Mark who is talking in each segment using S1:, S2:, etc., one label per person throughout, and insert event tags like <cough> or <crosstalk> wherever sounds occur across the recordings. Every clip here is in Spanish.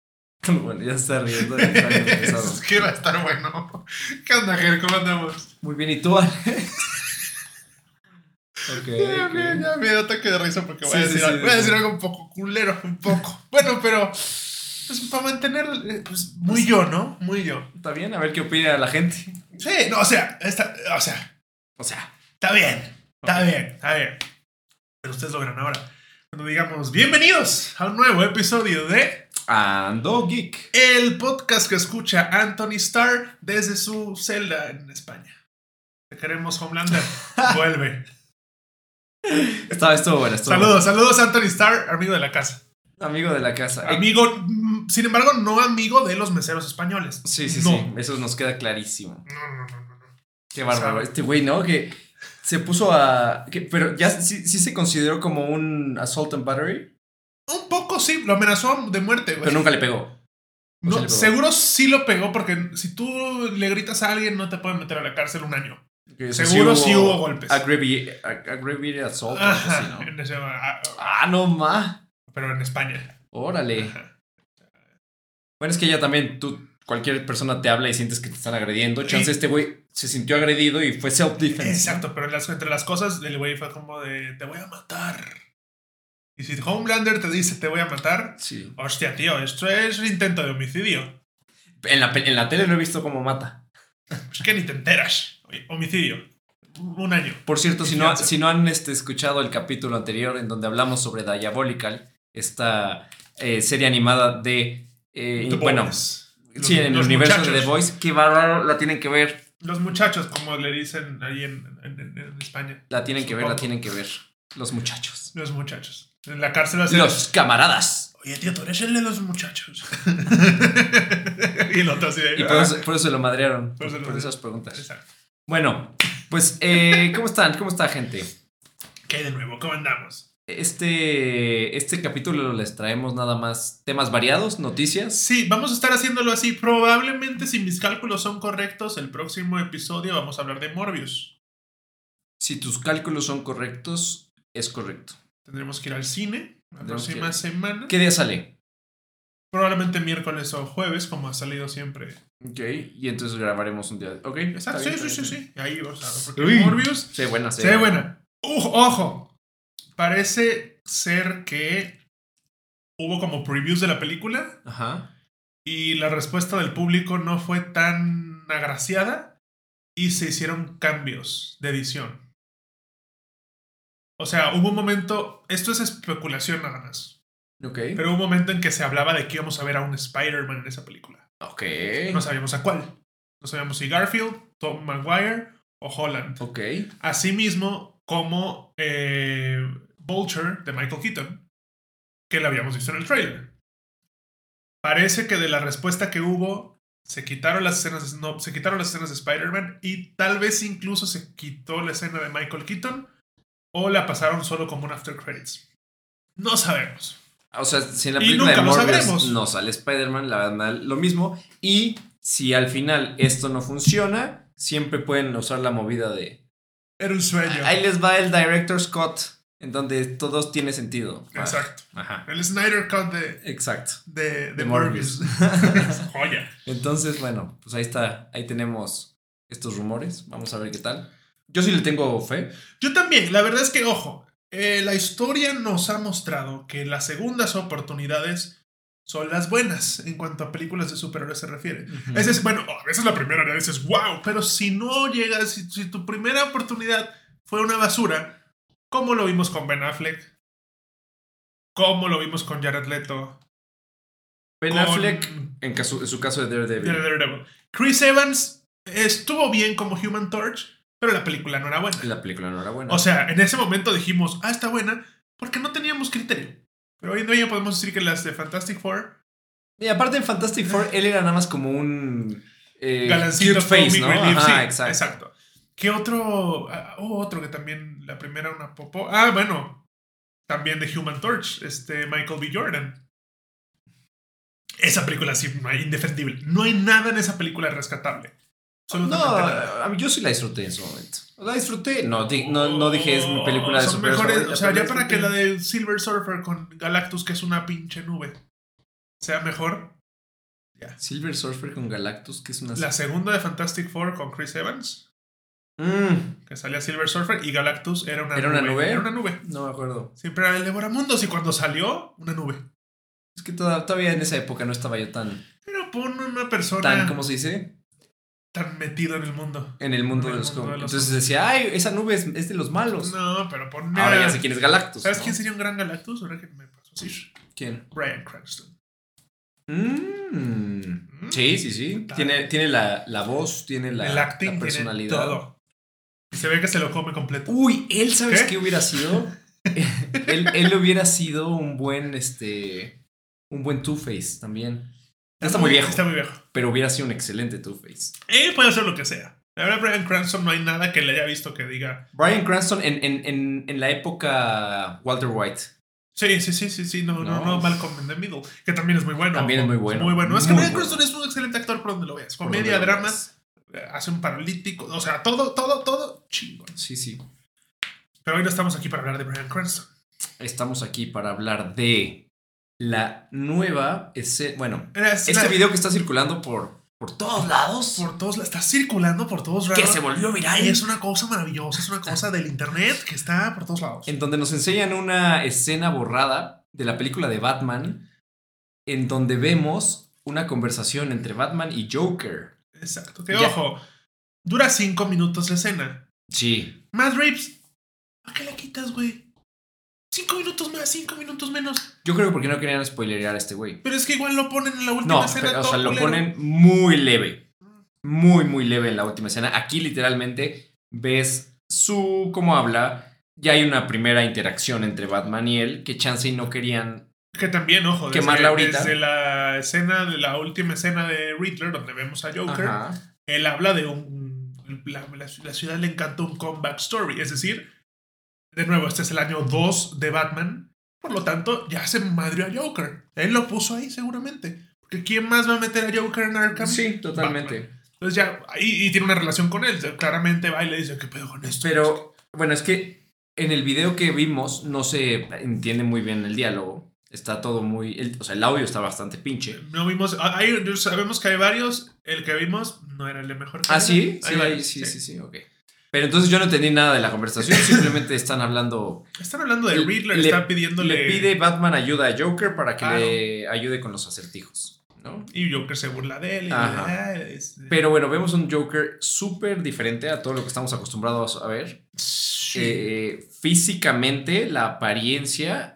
S1: <laughs> Bueno, ya se está riendo. ya está bien pesado.
S2: Es que va a estar bueno. ¿Qué onda, Ger? ¿Cómo andamos?
S1: Muy bien, ¿y tú,
S2: <laughs>
S1: Alex? ok.
S2: ya,
S1: ok.
S2: me- ya me dio ataque de risa porque voy,
S1: Sí,
S2: a
S1: sí,
S2: decir,
S1: sí,
S2: algo, voy a
S1: sí.
S2: decir algo un poco culero, un poco. Bueno, pero pues, para mantener, eh, pues, muy yo, ¿no? Muy yo.
S1: Está bien, a ver qué opina la gente.
S2: Sí, no, o sea, está, o sea,
S1: O sea,
S2: está bien, está
S1: Ok.
S2: bien, está bien. Pero ustedes lo verán ahora. Cuando digamos, bienvenidos a un nuevo episodio de...
S1: ando geek.
S2: El podcast que escucha Anthony Starr desde su celda en España. Te
S1: <laughs>
S2: queremos, Homelander. Vuelve.
S1: Estaba esto bueno, esto
S2: Saludos, saludos, Anthony Starr, amigo de la casa.
S1: Amigo de la casa. Eh,
S2: Amigo, mm, sin embargo, no amigo de los meseros españoles.
S1: sí, sí,
S2: no.
S1: sí. Eso nos queda clarísimo.
S2: No, no, no, no, no.
S1: Qué bárbaro.
S2: Sabe.
S1: Este güey, ¿no? Que se puso a. que- pero ya sí, sí se consideró como un assault and battery,
S2: Un poco sí, lo amenazó de muerte, güey.
S1: pero nunca le pegó.
S2: No,
S1: se le pegó.
S2: seguro sí lo pegó, porque si tú le gritas a alguien, no te pueden meter a la cárcel un año.
S1: Que, o sea,
S2: Seguro sí hubo golpes.
S1: Aggravi- ag- Aggravated assault. o algo así,
S2: Ajá,
S1: ¿no?
S2: en ese- ah, ah,
S1: Ah, no más.
S2: Pero en España.
S1: Órale.
S2: Ajá.
S1: <laughs> Bueno, es que ya también tú, cualquier persona te habla y sientes que te están agrediendo. Chance
S2: Y-
S1: este güey se sintió agredido y fue self-defense.
S2: Exacto, pero en las- entre las cosas, el güey fue como de: Te voy a matar. Y si Homelander te dice: Te voy a matar,
S1: Sí.
S2: hostia, tío, esto es intento de homicidio.
S1: En la, pel- en la tele no he visto cómo mata.
S2: Pues que ni te enteras. Oye, Homicidio. Un año.
S1: Por cierto, si no,
S2: Confianza.
S1: si no han este, escuchado el capítulo anterior en donde hablamos sobre Diabolical, esta eh, serie animada de. eh,
S2: The
S1: bueno,
S2: Boys. Los-
S1: sí, en el
S2: los
S1: universo de The
S2: muchachos.
S1: Voice, qué bárbaro, la tienen que ver.
S2: Los muchachos, como le dicen ahí en, en- en- en España.
S1: La tienen que ver, la
S2: Supongo.
S1: tienen que ver. Los muchachos.
S2: Los muchachos. En la cárcel hacen.
S1: Los camaradas.
S2: Oye, tío, tú eres el de
S1: <laughs>
S2: los muchachos. y el otro así de.
S1: Y por eso, por eso se lo madrearon.
S2: Por eso
S1: Ah. Por,
S2: lo
S1: por
S2: madrearon.
S1: esas preguntas.
S2: Exacto.
S1: Bueno, pues, eh, ¿cómo están? ¿Cómo está, gente?
S2: ¿Qué hay de nuevo? ¿Cómo andamos?
S1: Este, este capítulo les traemos nada más temas variados, noticias.
S2: Sí, vamos a estar haciéndolo así. Probablemente, si mis cálculos son correctos, el próximo episodio vamos a hablar de Morbius.
S1: Si tus cálculos son correctos, es correcto.
S2: Tendremos que ir al cine la
S1: Tendremos que
S2: próxima
S1: ir.
S2: semana.
S1: ¿Qué día sale?
S2: Probablemente miércoles o jueves, como ha salido siempre.
S1: Ok, y entonces grabaremos un día. Ok, está
S2: Exacto, sí,
S1: bien,
S2: sí,
S1: está
S2: sí,
S1: bien,
S2: sí. Ahí vamos a ver. Porque
S1: Uy. está
S2: Morbius
S1: bien. Se ve buena,
S2: se ve buena. Uj, ojo, parece ser que hubo como previews de la película
S1: Ajá.
S2: y la respuesta del público no fue tan agraciada y se hicieron cambios de edición. O sea, hubo un momento, esto es especulación nada más,
S1: Ok.
S2: pero hubo un momento en que se hablaba de que íbamos a ver a un Spider-Man en esa película.
S1: Ok.
S2: No sabíamos a cuál. No sabíamos si Garfield, Tom Maguire o Holland.
S1: Ok.
S2: Asimismo, como eh, Vulture de Michael Keaton, que la habíamos visto en el trailer. Parece que de la respuesta que hubo, se quitaron las escenas, no, se quitaron las escenas de Spider-Man y tal vez incluso se quitó la escena de Michael Keaton o la pasaron solo como un after credits. No sabemos.
S1: O sea, si en la
S2: Y
S1: película de
S2: nunca lo
S1: Morbius
S2: sabremos.
S1: no sale Spider-Man, la verdad, lo mismo. Y si al final esto no funciona, siempre pueden usar la movida de.
S2: Era un sueño.
S1: Ahí les va el director Scott, en donde todos tiene sentido. Ah,
S2: Exacto.
S1: Ajá.
S2: El Snyder Cut de,
S1: Exacto.
S2: de, de
S1: De
S2: Morbius.
S1: Morbius.
S2: <laughs> Joya.
S1: Entonces, bueno, pues ahí está. Ahí tenemos estos rumores. Vamos a ver qué tal. Yo sí le tengo fe.
S2: Yo también, la verdad es que, ojo, eh, la historia nos ha mostrado que las segundas oportunidades son las buenas en cuanto a películas de superhéroes se refiere.
S1: Mm.
S2: Ese es, bueno, a veces la primera, a veces, wow, pero si no llegas, si, si tu primera oportunidad fue una basura, como lo vimos con Ben Affleck, como lo vimos con Jared Leto,
S1: Ben
S2: con
S1: Affleck, en, caso, en su caso de Daredevil.
S2: Daredevil. Chris Evans estuvo bien como Human Torch, pero la película no era buena.
S1: La película no era buena.
S2: O sea, en ese momento dijimos, ah, está buena, porque no teníamos criterio. Pero hoy en día podemos decir que las de Fantastic Four,
S1: y aparte en Fantastic Four, él era nada más como un. Eh,
S2: Galancito,
S1: cute face,
S2: Comic
S1: ¿no?
S2: Relief,
S1: Ajá,
S2: sí,
S1: exacto.
S2: exacto. ¿Qué otro? Ah, oh, otro que también, la primera una popo. Ah, bueno, también de Human Torch, este Michael B. Jordan. Esa película sí, no hay- indefendible. No hay nada en esa película rescatable. Absolutamente
S1: No,
S2: nada.
S1: a mí- yo sí la disfruté en su momento. La disfruté. No, di- no, no dije es mi película de
S2: Son
S1: superhéroes.
S2: mejores,
S1: favorita,
S2: O sea,
S1: pero
S2: ya para que la
S1: disfruté.
S2: de Silver Surfer con Galactus, que es una pinche nube, sea mejor, Ya.
S1: Silver Surfer con Galactus, que es una.
S2: La segunda de Fantastic Four con Chris Evans,
S1: Mm,
S2: que salía Silver Surfer y Galactus era una
S1: ¿Era
S2: nube.
S1: una nube?
S2: Era una nube.
S1: no me acuerdo.
S2: Siempre era el Devoramundos y cuando salió, una nube.
S1: Es que toda- todavía en esa época no estaba yo tan.
S2: Pero pon una persona
S1: tan,
S2: tan,
S1: ¿cómo se dice?
S2: metida en el mundo.
S1: En el mundo
S2: En
S1: de
S2: el
S1: los
S2: mundo de
S1: cómics.
S2: los
S1: Entonces decía, ay, esa nube es, es de los malos.
S2: No, pero ponme.
S1: Pues, Ahora
S2: a-
S1: ya sé quién es Galactus.
S2: ¿Sabes
S1: ¿no?
S2: quién sería un gran Galactus? Ahora que me pasó así.
S1: ¿Quién?
S2: Brian Cranston.
S1: Mm. Sí, sí, sí. Tiene, tiene la, la voz, tiene la,
S2: el acting
S1: la
S2: tiene
S1: personalidad.
S2: todo. Y se ve que se lo come completo.
S1: Uy, él, ¿sabes qué,
S2: ¿Qué?
S1: hubiera sido? <laughs> él, él hubiera sido un buen, este, un buen Two-Face también. Ya está muy viejo,
S2: Está muy viejo.
S1: pero hubiera sido un excelente Two-Face.
S2: Eh, puede hacer lo que sea. La verdad, Brian Cranston no hay nada que le haya visto que diga.
S1: Brian Cranston en, en, en, en la época Walter White.
S2: Sí, sí, sí, sí, sí, no, no,
S1: No.
S2: no, Malcolm in the Middle, que también es muy bueno.
S1: También es muy bueno.
S2: Muy bueno. Es que
S1: Muy
S2: Brian
S1: bueno.
S2: Cranston es un excelente actor por donde lo veas.
S1: por donde
S2: Comedia,
S1: lo
S2: drama,
S1: veas.
S2: eh, hace un paralítico, o sea, todo, todo, todo chingón.
S1: Sí, sí.
S2: Pero hoy no estamos aquí para hablar de Brian Cranston.
S1: Estamos aquí para hablar de la nueva... escena- bueno,
S2: Es
S1: este
S2: la-
S1: video que está circulando por, por todos lados,
S2: por todos, la está circulando por todos lados.
S1: que se volvió viral.
S2: Y es una cosa maravillosa, es una cosa del internet que está por todos lados.
S1: en donde nos enseñan una escena borrada de la película de Batman, en donde vemos una conversación entre Batman y Joker.
S2: Exacto. Que
S1: Ya.
S2: ojo, dura cinco minutos la escena.
S1: Sí.
S2: Más rips. ¿A qué le quitas, güey? Cinco minutos más, cinco minutos menos.
S1: Yo creo que porque no querían spoilerear a este güey.
S2: Pero es que igual lo ponen en la última
S1: No,
S2: escena.
S1: pero, o
S2: todo
S1: sea, lo
S2: culero.
S1: ponen muy leve. Muy, muy leve en la última escena. Aquí literalmente ves su cómo habla. Ya hay una primera interacción entre Batman y él que chance y no querían.
S2: Que también, ojo, desde,
S1: Quemarla ahorita.
S2: desde la escena, de la última escena de Riddler, donde vemos a Joker,
S1: Ajá.
S2: él habla de un. La, la- la ciudad le encantó un comeback story. Es decir, de nuevo, este es el año 2 de Batman. Por lo tanto, ya se madrió a Joker. Él lo puso ahí, seguramente. Porque ¿quién más va a meter a Joker en Arkham?
S1: Sí, totalmente.
S2: Entonces ya, y, y tiene una relación con él. Claramente va y le dice, ¿qué pedo con esto?
S1: Pero, bueno, es que en el video que vimos no se entiende muy bien el diálogo. Está todo muy. el- o sea, el audio está bastante pinche.
S2: No vimos, ah, hay- sabemos que hay varios. El que vimos no era el de mejor.
S1: Ah,
S2: calidad.
S1: sí,
S2: Hay
S1: sí, ahí-
S2: varios,
S1: sí, sí, sí, ok. Pero entonces yo no entendí nada de la conversación, <laughs> simplemente están hablando.
S2: Están hablando de
S1: Le-
S2: Riddler,
S1: le-
S2: está pidiéndole.
S1: Le pide Batman ayuda a Joker para que
S2: Ah,
S1: le ayude con los acertijos, ¿no?
S2: Y Joker se burla de él. y
S1: Ajá.
S2: le- ah, es-
S1: Pero bueno, vemos un Joker súper diferente a todo lo que estamos acostumbrados a ver.
S2: Sí.
S1: Eh, físicamente, la apariencia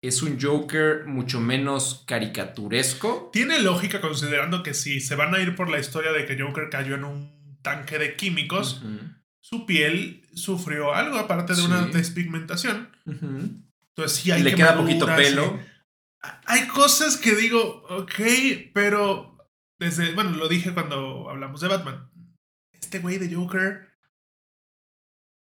S1: es un Joker mucho menos caricaturesco.
S2: Tiene lógica considerando que si se van a ir por la historia de que Joker cayó en un tanque de químicos,
S1: Mm. Ujú,
S2: su piel sufrió algo aparte de
S1: Sí.
S2: una despigmentación.
S1: ujú.
S2: Entonces sí hay
S1: Le queda poquito
S2: quemaduras,
S1: pelo.
S2: sí. Hay cosas que digo, ok, pero desde, bueno, lo dije cuando hablamos de Batman. Este güey de Joker,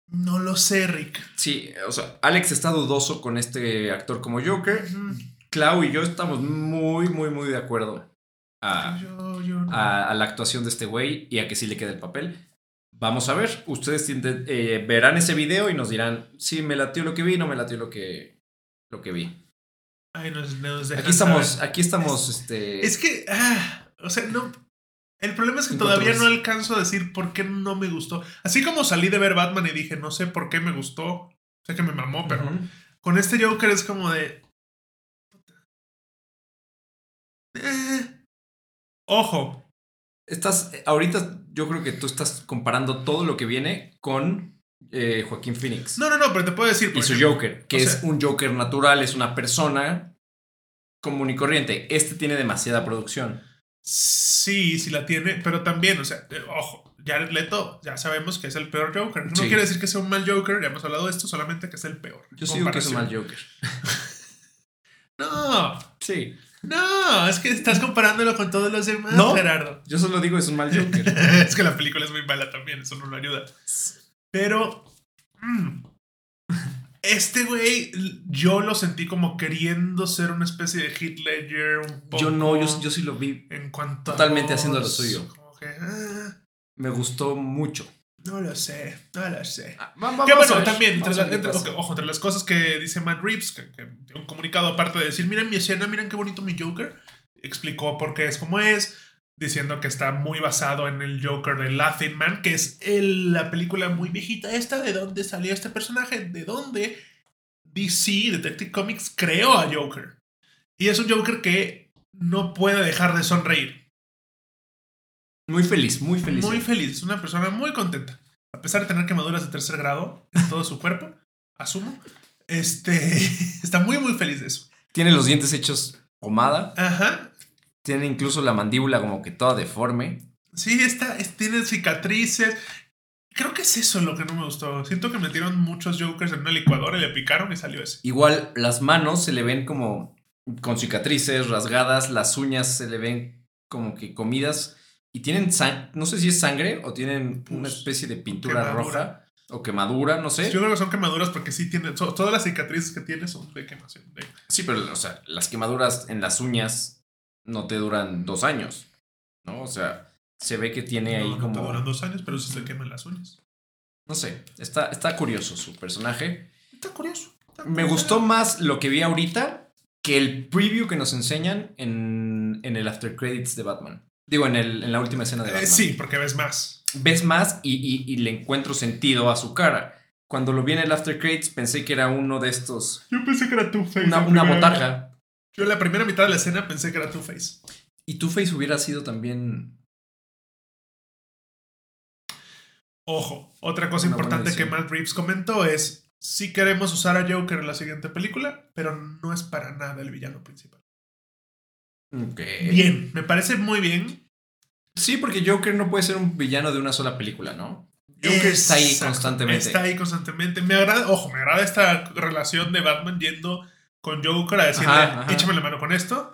S2: no lo sé, Rick.
S1: Sí, o sea, Alex está dudoso con este actor como Joker.
S2: Ujú.
S1: Clau y yo estamos muy, muy, muy de acuerdo a,
S2: Yo, yo no.
S1: a- a la actuación de este güey y a que sí le queda el papel. Vamos a ver, ustedes tienden- eh, verán ese video y nos dirán si me latió lo que vi, no me latió lo que, lo que vi.
S2: Ay, nos- nos dejan
S1: Aquí estamos,
S2: saber.
S1: aquí estamos, este...
S2: Es que, ah, o sea, no. El problema es que
S1: En
S2: todavía no
S1: controversia.
S2: alcanzo a decir por qué no me gustó. Así como salí de ver Batman y dije, no sé por qué me gustó. Sé que me mamó, pero
S1: Ujú.
S2: con este Joker es como de. Eh. Ojo,
S1: Estás, ahorita yo creo que tú estás comparando todo lo que viene con eh, Joaquín Phoenix
S2: no, no, no, pero te puedo decir.
S1: y
S2: por
S1: su
S2: ejemplo,
S1: Joker, que
S2: o
S1: es
S2: sea-
S1: un Joker natural, es una persona común y corriente. Este tiene demasiada producción.
S2: Sí, sí la tiene, pero también, o sea, eh, ojo, Jared Leto, ya sabemos que es el peor Joker. No
S1: Sí.
S2: quiere decir que sea un mal Joker, ya hemos hablado de esto, solamente que es el peor.
S1: Yo sigo que es un
S2: Comparación.
S1: mal Joker.
S2: No,
S1: Sí.
S2: No, es que estás comparándolo con todos los demás,
S1: ¿No?
S2: Gerardo. <laughs>
S1: Yo solo digo es un mal Joker.
S2: es que la película es muy mala también, eso no lo ayuda. Pero. mm, este güey, l- yo lo sentí como queriendo ser una especie de Heath Ledger. Un poco
S1: yo no, yo, yo sí lo vi.
S2: En cuanto a
S1: totalmente
S2: voz,
S1: haciendo lo suyo.
S2: como que, ah,
S1: Me gustó mucho.
S2: no lo sé, no lo sé.
S1: Ah, va- va-
S2: Que
S1: vamos
S2: bueno,
S1: a ver,
S2: también, entre
S1: vamos
S2: la-
S1: a ver qué
S2: entre-
S1: pasa.
S2: ok, ojo, entre las cosas que dice Matt Reeves, que, que dio un comunicado aparte de decir, miren mi escena, miren qué bonito mi Joker, explicó por qué es como es, diciendo que está muy basado en el Joker de Laughing Man, que es el- la película muy viejita esta, de dónde salió este personaje, de dónde DC, Detective Comics, creó a Joker. Y es un Joker que no puede dejar de sonreír.
S1: Muy feliz, muy feliz.
S2: Muy feliz, una persona muy contenta. A pesar de tener quemaduras de tercer grado en todo su cuerpo, asumo. Este <laughs> está muy, muy feliz de eso.
S1: Tiene los dientes hechos pomada.
S2: Ajá.
S1: Tiene incluso la mandíbula como que toda deforme.
S2: Sí, está, es- tiene cicatrices. Creo que es eso lo que no me gustó. Siento que metieron muchos Jokers en una licuadora y le picaron y salió ese.
S1: Igual las manos se le ven como con cicatrices, rasgadas, las uñas se le ven como que comidas y tienen sang- no sé si es sangre o tienen una
S2: Pus.
S1: especie de pintura
S2: Pues, Quemadura.
S1: roja o quemadura, no sé.
S2: Yo creo que son quemaduras porque sí tiene. so- todas las cicatrices que tiene son de quemación. de-
S1: Sí, pero o sea, las quemaduras en las uñas no te duran dos años, ¿no? O sea, se ve que tiene ahí
S2: no, no te
S1: como...
S2: duran dos años, pero sí se queman las uñas.
S1: No sé, está, está curioso su personaje.
S2: Está curioso. está
S1: Me
S2: curioso.
S1: gustó más lo que vi ahorita que el preview que nos enseñan en, en el After Credits de Batman. Digo, en, el, en la última escena de Batman.
S2: Eh, sí, porque ves más.
S1: Ves más y, y- y le encuentro sentido a su cara. Cuando lo vi en el After Credits pensé que era uno de estos...
S2: Yo pensé que era tu face.
S1: Una, una botarga.
S2: Yo la primera mitad de la escena pensé que era tu face.
S1: Y tu face hubiera sido también...
S2: Ojo, otra cosa
S1: Una buena
S2: importante que
S1: decisión.
S2: Matt Reeves comentó es, sí queremos usar a Joker en la siguiente película, pero no es para nada el villano principal.
S1: Ok.
S2: Bien, me parece muy bien.
S1: Sí, porque Joker no puede ser un villano de una sola película, ¿no? Joker está ahí
S2: Exacto,
S1: constantemente.
S2: Está ahí constantemente. Me agrada, ojo, me agrada esta relación de Batman yendo con Joker a decirle,
S1: Ajá, ajá.
S2: échame la mano con esto.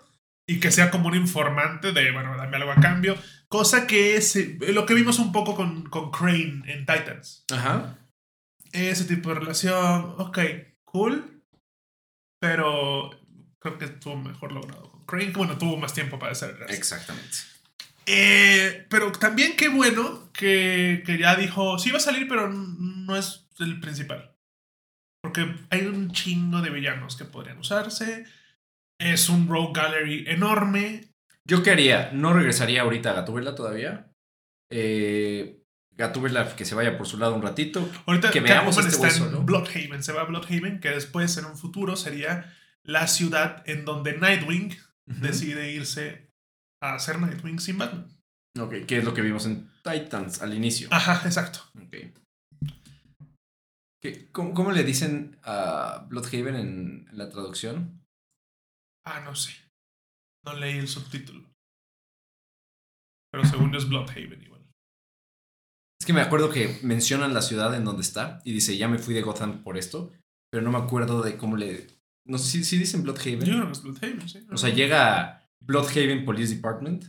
S2: Y que sea como un informante de, bueno, dame algo a cambio. Cosa que es eh, lo que vimos un poco con, con Crane en Titans.
S1: Ajá.
S2: ese tipo de relación, ok, cool, pero creo que estuvo mejor logrado con Crane. Bueno, tuvo más tiempo para hacer el resto.
S1: Exactamente.
S2: Eh, pero también qué bueno que, que ya dijo, sí va a salir, pero n- no es el principal. Porque hay un chingo de villanos que podrían usarse. Es un Rogue Gallery enorme.
S1: Yo qué haría, no regresaría ahorita a Gatúbela todavía. Eh, Gatúbela que se vaya por su lado un ratito.
S2: Ahorita
S1: Que
S2: Catwoman
S1: veamos este
S2: está
S1: güey
S2: en
S1: solo.
S2: Bloodhaven, se va a Bloodhaven, que después en un futuro sería la ciudad en donde Nightwing decide irse a hacer Nightwing sin Batman.
S1: Ok, que es lo que vimos en Titans al inicio.
S2: Ajá, exacto.
S1: Ok. ¿Qué- cómo, cómo le dicen a Bloodhaven en, en la traducción?
S2: Ah, no sé. No leí el subtítulo. Pero según yo es Bloodhaven igual.
S1: Es que me acuerdo que mencionan la ciudad en donde está y dice, ya me fui de Gotham por esto, pero no me acuerdo de cómo le... No sé si, si dicen Bloodhaven.
S2: Yo creo que es Bloodhaven, sí.
S1: O sea, llega a Bloodhaven Police Department.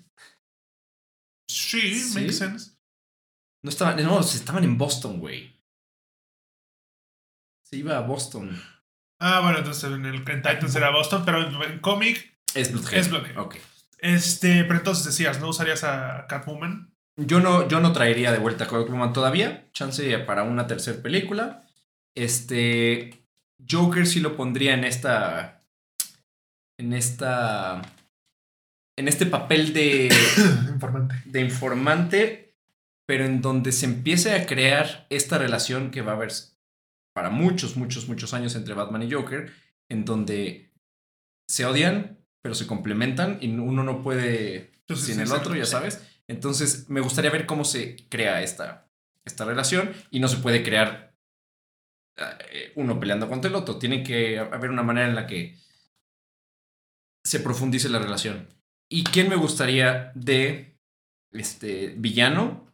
S2: Sí,
S1: Sí.
S2: makes sense.
S1: No estaban, no, se estaban en Boston, güey. Se iba a Boston.
S2: Ah, bueno, entonces en el en Titans era Boston, pero en, en cómic
S1: Es Bloodhaven.
S2: es Bloodhaven.
S1: Ok.
S2: Este, pero entonces decías, ¿no usarías a
S1: <laughs>
S2: Catwoman?
S1: Yo no, yo no traería de vuelta a Catwoman todavía. Chance para una tercera película. Este. Joker sí lo pondría en esta. En esta. En este papel de.
S2: Informante.
S1: de informante, pero en donde se empiece a crear esta relación que va a haber para muchos, muchos, muchos años entre Batman y Joker, en donde se odian, pero se complementan y uno no puede
S2: Entonces,
S1: sin
S2: sí,
S1: el
S2: sí,
S1: otro, ya
S2: sí.
S1: sabes. Entonces, me gustaría ver cómo se crea esta, esta relación y no se puede crear eh, uno peleando contra el otro. Tiene que haber una manera en la que se profundice la relación. ¿Y quién me gustaría de este villano?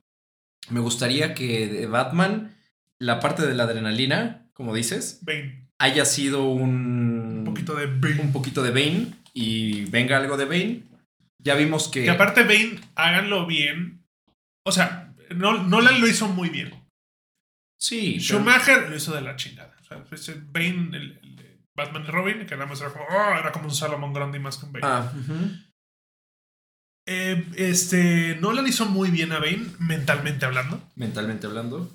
S1: Me gustaría que de Batman, la parte de la adrenalina, como dices,
S2: Bane.
S1: haya sido un,
S2: Un poquito de Bane.
S1: Mm. un poquito de Bane y venga algo de Bane. Ya vimos que...
S2: Que aparte Bane, háganlo bien. O sea, no, Nolan lo hizo muy bien.
S1: Sí, pero-
S2: Schumacher lo hizo de la chingada. O sea, pues, eh, Bane, el, el de Batman y Robin, que nada más era como, "Oh", era como un Salomon Grundy más que un Bane.
S1: Ah, ujú.
S2: Eh, este, Nolan hizo muy bien a Bane, mentalmente hablando.
S1: mentalmente hablando.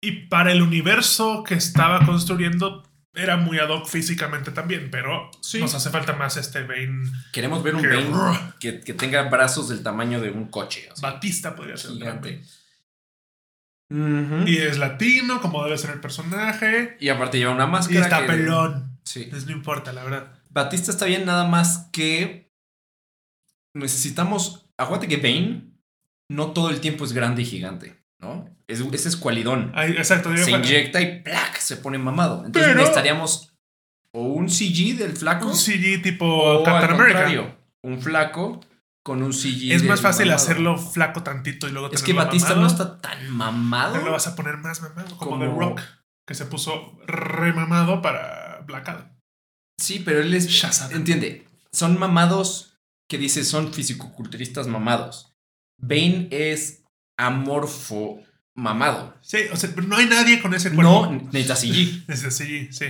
S2: Y para el universo que estaba construyendo, era muy ad hoc físicamente también, pero nos hace falta más este Bane.
S1: Queremos ver un
S2: que- ¡oh!
S1: Bane que, que tenga brazos del tamaño de un coche. o sea,
S2: Batista podría ser. el gran
S1: gigante.
S2: Bane.
S1: Ujú.
S2: Y es latino, como debe ser el personaje.
S1: Y aparte lleva una
S2: Y
S1: máscara.
S2: está
S1: que-
S2: pelón.
S1: Sí.
S2: Entonces no importa, la verdad.
S1: Batista está bien nada más que necesitamos... Acuérdate que Bane no todo el tiempo es grande y gigante, ¿no? Es, ese es cualidón.
S2: Ahí, exacto. digo,
S1: Se
S2: Ah, bueno,
S1: inyecta y ¡plac! se pone mamado. Entonces
S2: Pero-
S1: necesitaríamos o un CG del flaco
S2: Un CG
S1: o
S2: tipo
S1: Oh, al
S2: Captain America.
S1: contrario, un flaco con un CG
S2: Es más
S1: del
S2: fácil
S1: mamado.
S2: hacerlo flaco tantito y luego
S1: Es que
S2: tenerlo
S1: Batista
S2: mamado.
S1: no está tan mamado.
S2: Te lo vas a poner más mamado, como,
S1: Como-
S2: The Rock, que se puso remamado para Black Adam.
S1: Sí, pero él es.
S2: Shazam.
S1: Entiende. Son mamados que dice son fisicoculturistas mamados. Bane es amorfo mamado.
S2: Sí, o sea, pero no hay nadie con ese
S1: No
S2: cuerpo.
S1: necesita CG.
S2: Desde sí, sí.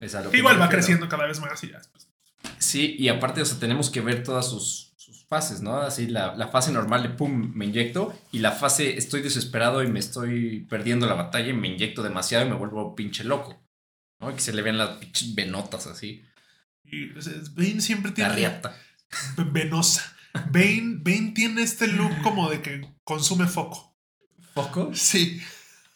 S1: Es a lo
S2: Que
S1: que
S2: Igual
S1: me
S2: va
S1: refiero.
S2: creciendo cada vez más y ya. pues,
S1: Sí, y aparte, o sea, tenemos que ver todas sus, sus fases, ¿no? Así la, la fase normal de pum, me inyecto. Y la fase estoy desesperado y me estoy perdiendo la batalla y me inyecto demasiado y me vuelvo pinche loco. ¿No? Que se le vean las pinches venotas así.
S2: y, o sea, Bane siempre
S1: La
S2: tiene.
S1: riata.
S2: Venosa. Bane, Bane tiene este look como de que consume foco.
S1: ¿Foco?
S2: Sí.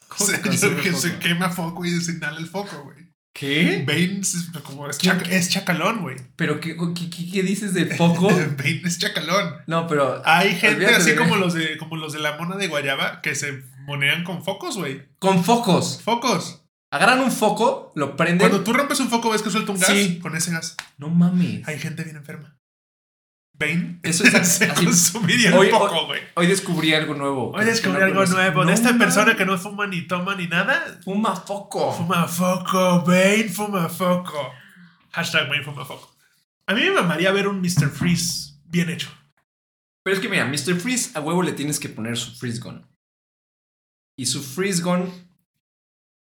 S1: ¿Cómo
S2: O sea,
S1: que consume
S2: que se
S1: foco?
S2: quema foco y señala el foco, güey.
S1: ¿Qué?
S2: Bane es, como es,
S1: ¿Quién?
S2: chac- es chacalón, güey.
S1: ¿Pero qué, qué- qué- qué dices de
S2: <laughs>
S1: foco?
S2: Bane es chacalón.
S1: No, pero
S2: Hay gente
S1: Olvídate
S2: así
S1: de-
S2: como los de como los de la mona de Guayaba que se monean con focos, güey.
S1: con focos.
S2: Focos.
S1: Agarran un foco, lo prenden.
S2: Cuando tú rompes un foco, ves que suelta un gas
S1: Sí.
S2: con ese gas.
S1: No mames.
S2: Hay gente bien enferma. Bane
S1: Eso
S2: <laughs>
S1: es así.
S2: se consumiría
S1: Hoy-
S2: el foco, güey.
S1: Hoy descubrí algo nuevo.
S2: Hoy descubrí
S1: Que no
S2: algo
S1: conocí.
S2: nuevo. De
S1: No
S2: esta
S1: mames.
S2: persona que no fuma ni toma ni nada,
S1: Fuma foco.
S2: fuma foco, Bane fuma foco. Hashtag Bane fuma foco. A mí me mamaría ver un Mr. Freeze bien hecho.
S1: Pero es que mira, Mr. Freeze, a huevo le tienes que poner su Freeze Gun. Y su Freeze Gun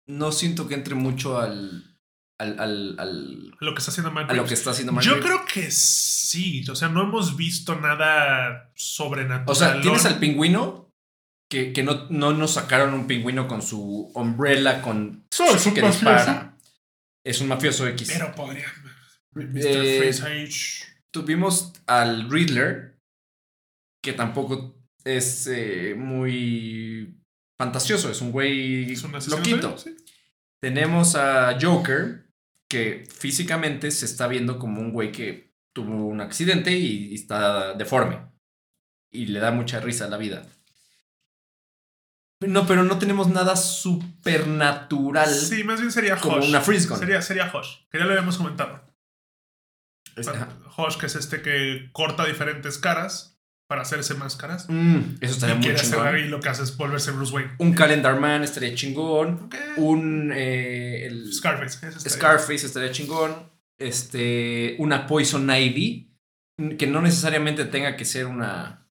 S1: no siento que entre mucho al. al. al. al
S2: Lo que está haciendo Matt
S1: a lo
S2: Reeves.
S1: que está haciendo Matt
S2: Yo
S1: Reeves.
S2: creo que sí. O sea, no hemos visto nada sobrenatural.
S1: O sea, tienes al pingüino que, que no, no nos sacaron un pingüino con su umbrella, con
S2: Sí, es un
S1: que
S2: mafioso.
S1: Es un mafioso X.
S2: Pero podría. Mr.
S1: Eh,
S2: Freeze ahí, shh.
S1: Tuvimos al Riddler, que tampoco es eh, muy fantasioso, es un güey
S2: ¿Es un asesino
S1: loquito.
S2: serial? Sí.
S1: Tenemos a Joker, que físicamente se está viendo como un güey que tuvo un accidente y, y está deforme. Y le da mucha risa a la vida. No, pero no tenemos nada supernatural
S2: Sí, más bien sería
S1: como
S2: Hosh.
S1: una frisgon.
S2: Sería, sería Hosh, que ya lo habíamos comentado.
S1: Es- ajá.
S2: Hosh, que es este que corta diferentes caras para hacerse más caras.
S1: Mm, eso estaría
S2: Y
S1: muy
S2: quiere hacer-
S1: chingón.
S2: y lo que hace es volverse Bruce Wayne.
S1: Un Calendar Man estaría chingón.
S2: Ok.
S1: Un. eh, el
S2: Scarface. ese está
S1: Scarface estaría chingón. Este. Una Poison Ivy. Que no necesariamente tenga que ser una.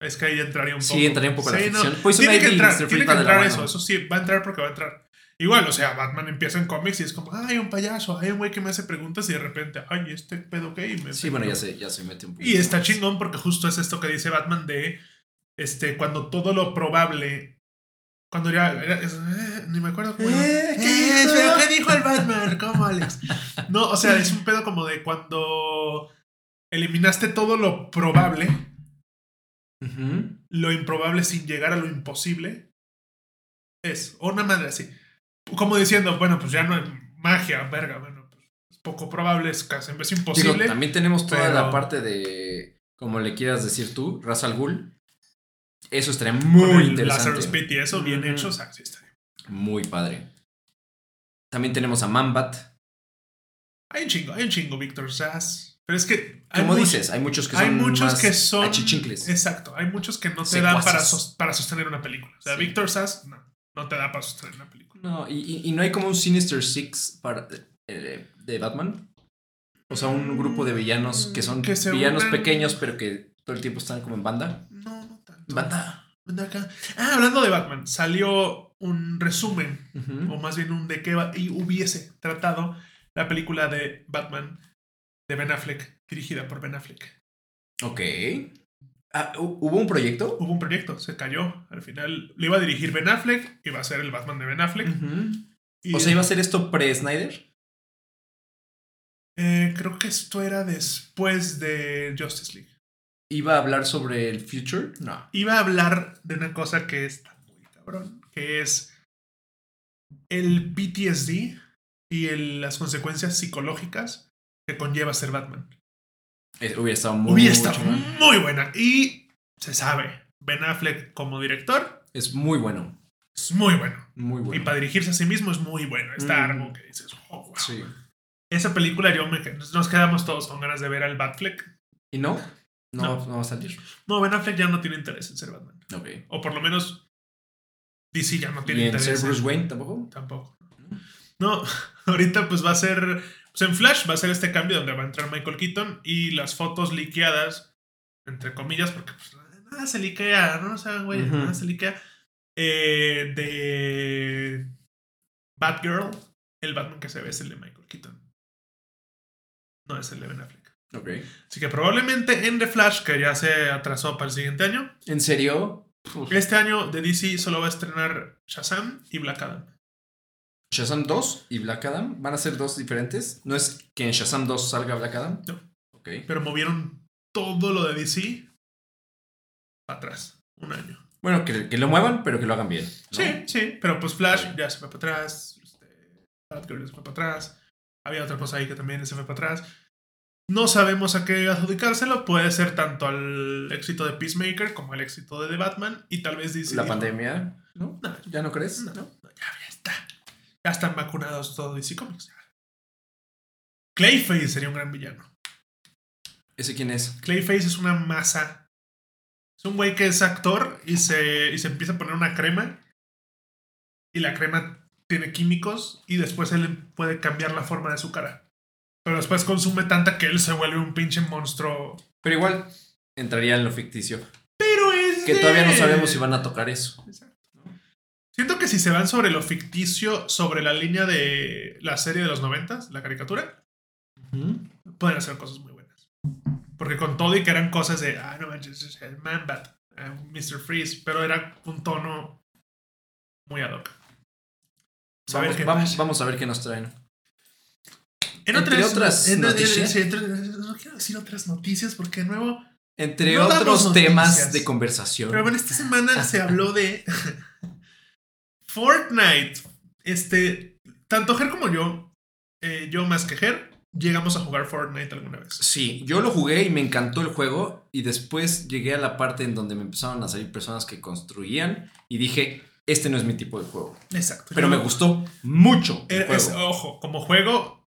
S2: bien. Es que ahí entraría un
S1: Sí,
S2: poco.
S1: entraría un poco la
S2: Sí, no.
S1: ficción. Poison
S2: tiene que
S1: Ivy y
S2: entrar,
S1: Pues Mr.
S2: tiene
S1: Freeze
S2: que
S1: van de la
S2: entrar
S1: mano.
S2: eso, eso sí, va a entrar porque va a entrar. Igual, o sea, Batman empieza en cómics y es como, ay, un payaso, hay un güey que me hace preguntas y de repente, ay, este pedo que me
S1: Sí, bueno, ya se, ya se mete un poquito.
S2: Y está
S1: más.
S2: chingón porque justo es esto que dice Batman de este cuando todo lo probable cuando ya era- es- eh, ni me acuerdo cómo era.
S1: Eh, ¿qué
S2: Eh,
S1: dijo?
S2: pero ¿qué dijo el Batman? ¿Cómo Alex? No, o sea, es un pedo como de cuando eliminaste todo lo probable,
S1: Ujú.
S2: lo improbable sin llegar a lo imposible. Es o una madre así. Como diciendo, bueno, pues ya no hay magia, verga, bueno, pues es poco probable, es casi es
S1: Digo,
S2: imposible.
S1: también tenemos toda
S2: pero-
S1: la parte de, como le quieras decir tú, Ra's al Ghul. Eso estaría
S2: con
S1: muy
S2: el Lazarus
S1: interesante.
S2: Pit y eso, bien
S1: Ujú.
S2: hecho, o sea, sí está
S1: Muy padre. También tenemos a Mambat.
S2: Hay un chingo, hay un chingo, Víctor Sass. Pero es que. hay
S1: Como
S2: much-
S1: dices, hay muchos que son
S2: hay muchos
S1: más
S2: que son.
S1: achichincles.
S2: Exacto, hay muchos que no te dan
S1: Secuaces.
S2: para, sos- para sostener una película. O sea,
S1: Sí.
S2: Víctor Sass, no, no te da para sostener una película.
S1: No, y, y- y no hay como un Sinister Six para, eh, de Batman. O sea, un grupo de villanos que son
S2: Que se
S1: villanos
S2: unan.
S1: pequeños, pero que todo el tiempo están como en banda.
S2: No, no tanto.
S1: Banda.
S2: Ven acá. Ah, hablando de Batman, salió un resumen,
S1: Ujú.
S2: o más bien un de qué va- y hubiese tratado la película de Batman de Ben Affleck, dirigida por Ben Affleck.
S1: Ok. Ah, ¿hu- ¿Hubo un proyecto?
S2: Hubo un proyecto, se cayó. Al final le iba a dirigir Ben Affleck, iba a ser el Batman de Ben Affleck.
S1: Ujú.
S2: y-
S1: O sea, ¿iba a ser esto pre-Snyder?
S2: Eh, creo que esto era después de Justice League.
S1: ¿Iba a hablar sobre el future? No.
S2: Iba a hablar de una cosa que está muy cabrón, que es el PTSD y el- las consecuencias psicológicas que conlleva ser Batman.
S1: Eh, hubiera estado muy.
S2: Hubiera estado
S1: chingón.
S2: muy buena. Y se sabe, Ben Affleck como director
S1: Es muy bueno.
S2: es muy bueno.
S1: Muy bueno.
S2: Y para dirigirse a sí mismo es muy bueno. Está
S1: Mm.
S2: algo que dices, oh, wow.
S1: Sí.
S2: Esa película yo me, nos quedamos todos con ganas de ver al Batfleck.
S1: ¿Y no? No,
S2: No.
S1: no. va a salir.
S2: No, Ben Affleck ya no tiene interés en ser Batman.
S1: Ok.
S2: O por lo menos DC ya no tiene
S1: ¿Y en
S2: interés.
S1: ser
S2: en-
S1: Bruce Wayne tampoco?
S2: Tampoco. No, <laughs> ahorita pues va a ser. Pues en Flash va a ser este cambio donde va a entrar Michael Keaton y las fotos liqueadas, entre comillas, porque pues nada se liquea, no se hagan güey,
S1: Ujú.
S2: nada se liquea. eh, de Batgirl, el Batman que se ve es el de Michael Keaton. No es el de Ben Affleck.
S1: Ok.
S2: Así que probablemente en The Flash, que ya se atrasó para el siguiente año,
S1: ¿En serio?
S2: este año de DC solo va a estrenar Shazam y Black Adam.
S1: Shazam 2 y Black Adam van a ser dos diferentes. ¿No es que en Shazam 2 salga Black Adam?
S2: No.
S1: Ok.
S2: pero movieron todo lo de DC para atrás, un año.
S1: Bueno, que, que lo muevan, pero que lo hagan bien. ¿no?
S2: Sí, sí, pero pues Flash
S1: Sí.
S2: ya se fue para atrás, este, Batgirl se fue para atrás, había otra cosa ahí que también se fue para atrás. No sabemos a qué adjudicárselo, puede ser tanto al éxito de Peacemaker como al éxito de The Batman y tal vez DC.
S1: La
S2: dijo,
S1: pandemia. ¿No?
S2: No,
S1: ¿Ya no crees?
S2: no, no, ya, ya está. Ya están vacunados todos DC Comics. ya. Clayface sería un gran villano.
S1: ¿Ese quién es?
S2: Clayface es una masa. Es un güey que es actor y se, y se empieza a poner una crema. Y la crema tiene químicos y después él puede cambiar la forma de su cara. Pero después consume tanta que él se vuelve un pinche monstruo.
S1: Pero igual entraría en lo ficticio.
S2: Pero es.
S1: Que
S2: de-
S1: todavía no sabemos si van a tocar eso.
S2: Exacto. Siento que si se van sobre lo ficticio, sobre la línea de la serie de los noventas, la caricatura, pueden hacer cosas muy buenas. Porque con todo y que eran cosas de, ah, no manches, es el Man Bat, eh, Mr. Freeze, pero era un tono muy ad hoc. A ver
S1: Vamos,
S2: qué
S1: vamos,
S2: pasa.
S1: vamos a ver qué nos traen.
S2: En
S1: entre otras
S2: en- en- en-
S1: noticias.
S2: sí, entre- no quiero decir otras noticias porque de nuevo.
S1: Entre
S2: No damos
S1: otros
S2: noticias.
S1: temas de conversación.
S2: Pero bueno, esta semana se habló de <laughs> Fortnite. Este, tanto Ger como yo, eh, yo más que Ger, llegamos a jugar Fortnite alguna vez.
S1: Sí, yo lo jugué y me encantó el juego y después llegué a la parte en donde me empezaron a salir personas que construían y dije, este no es mi tipo de juego.
S2: Exacto.
S1: Pero Er,
S2: Yo-
S1: me gustó mucho el
S2: Eh,
S1: juego.
S2: es- ojo, como juego,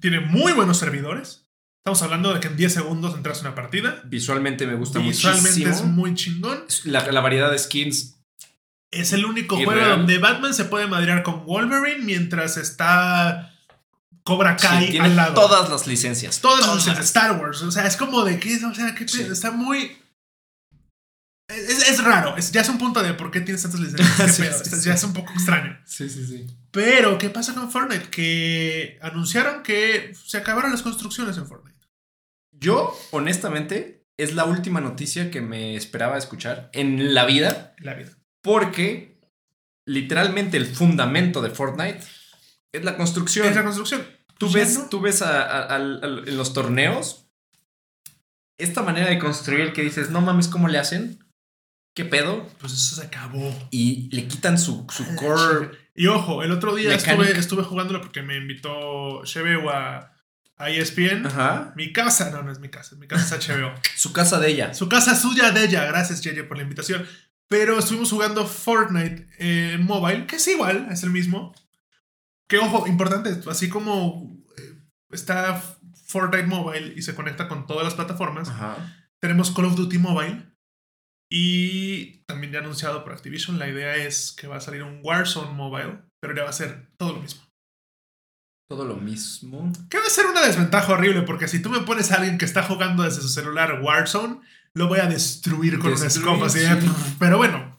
S2: tiene muy buenos servidores. Estamos hablando de que en 10 segundos entras a una partida.
S1: Visualmente me gusta
S2: Visualmente es
S1: muchísimo.
S2: muy chingón.
S1: La, la variedad de skins,
S2: Es el único
S1: Y
S2: juego
S1: real.
S2: donde Batman se puede madrear con Wolverine mientras está Cobra
S1: sí,
S2: Kai
S1: tiene
S2: al lado.
S1: todas las licencias.
S2: Todas las licencias de Star Wars. O sea, es como de que. O sea, que
S1: Sí.
S2: está muy. Es, es- es raro. Es- ya es un punto de por qué tienes
S1: <laughs>
S2: tantas licencias.
S1: Sí,
S2: ¿Qué pedo?
S1: sí,
S2: O sea,
S1: sí.
S2: Ya es un poco extraño.
S1: Sí, sí, sí.
S2: Pero, ¿qué pasa con Fortnite? Que anunciaron que se acabaron las construcciones en Fortnite.
S1: Yo, honestamente, es la última noticia que me esperaba escuchar en la vida.
S2: La vida.
S1: Porque literalmente el fundamento de Fortnite es la construcción.
S2: Es la construcción.
S1: tú,
S2: ya
S1: ves,
S2: no.
S1: tú ves a- a- al- al- en los torneos esta manera de construir que dices, no mames, ¿cómo le hacen? ¿Qué pedo?
S2: Pues eso se acabó.
S1: Y le quitan su, su
S2: A la
S1: core.
S2: Y ojo, el otro día
S1: Mecánica.
S2: estuve, estuve jugándolo porque me invitó Cheveo a, a E ESPN.
S1: Ajá.
S2: Mi casa, no, no es mi casa, mi casa es HBO.
S1: Su casa de ella.
S2: Su casa es suya de ella, gracias JJ por la invitación. Pero estuvimos jugando Fortnite eh, Mobile, que es igual, es el mismo. Que ojo, importante, así como eh, está Fortnite Mobile y se conecta con todas las plataformas,
S1: Ajá.
S2: Tenemos Call of Duty Mobile. Y también ya anunciado por Activision, la idea es que va a salir un Warzone Mobile, pero ya va a ser todo lo mismo.
S1: Todo lo mismo.
S2: Que va a ser una desventaja horrible, porque si tú me pones a alguien que está jugando desde su celular Warzone, lo voy a destruir con una
S1: Destruir,
S2: escoba. así de-
S1: sí.
S2: Pero bueno,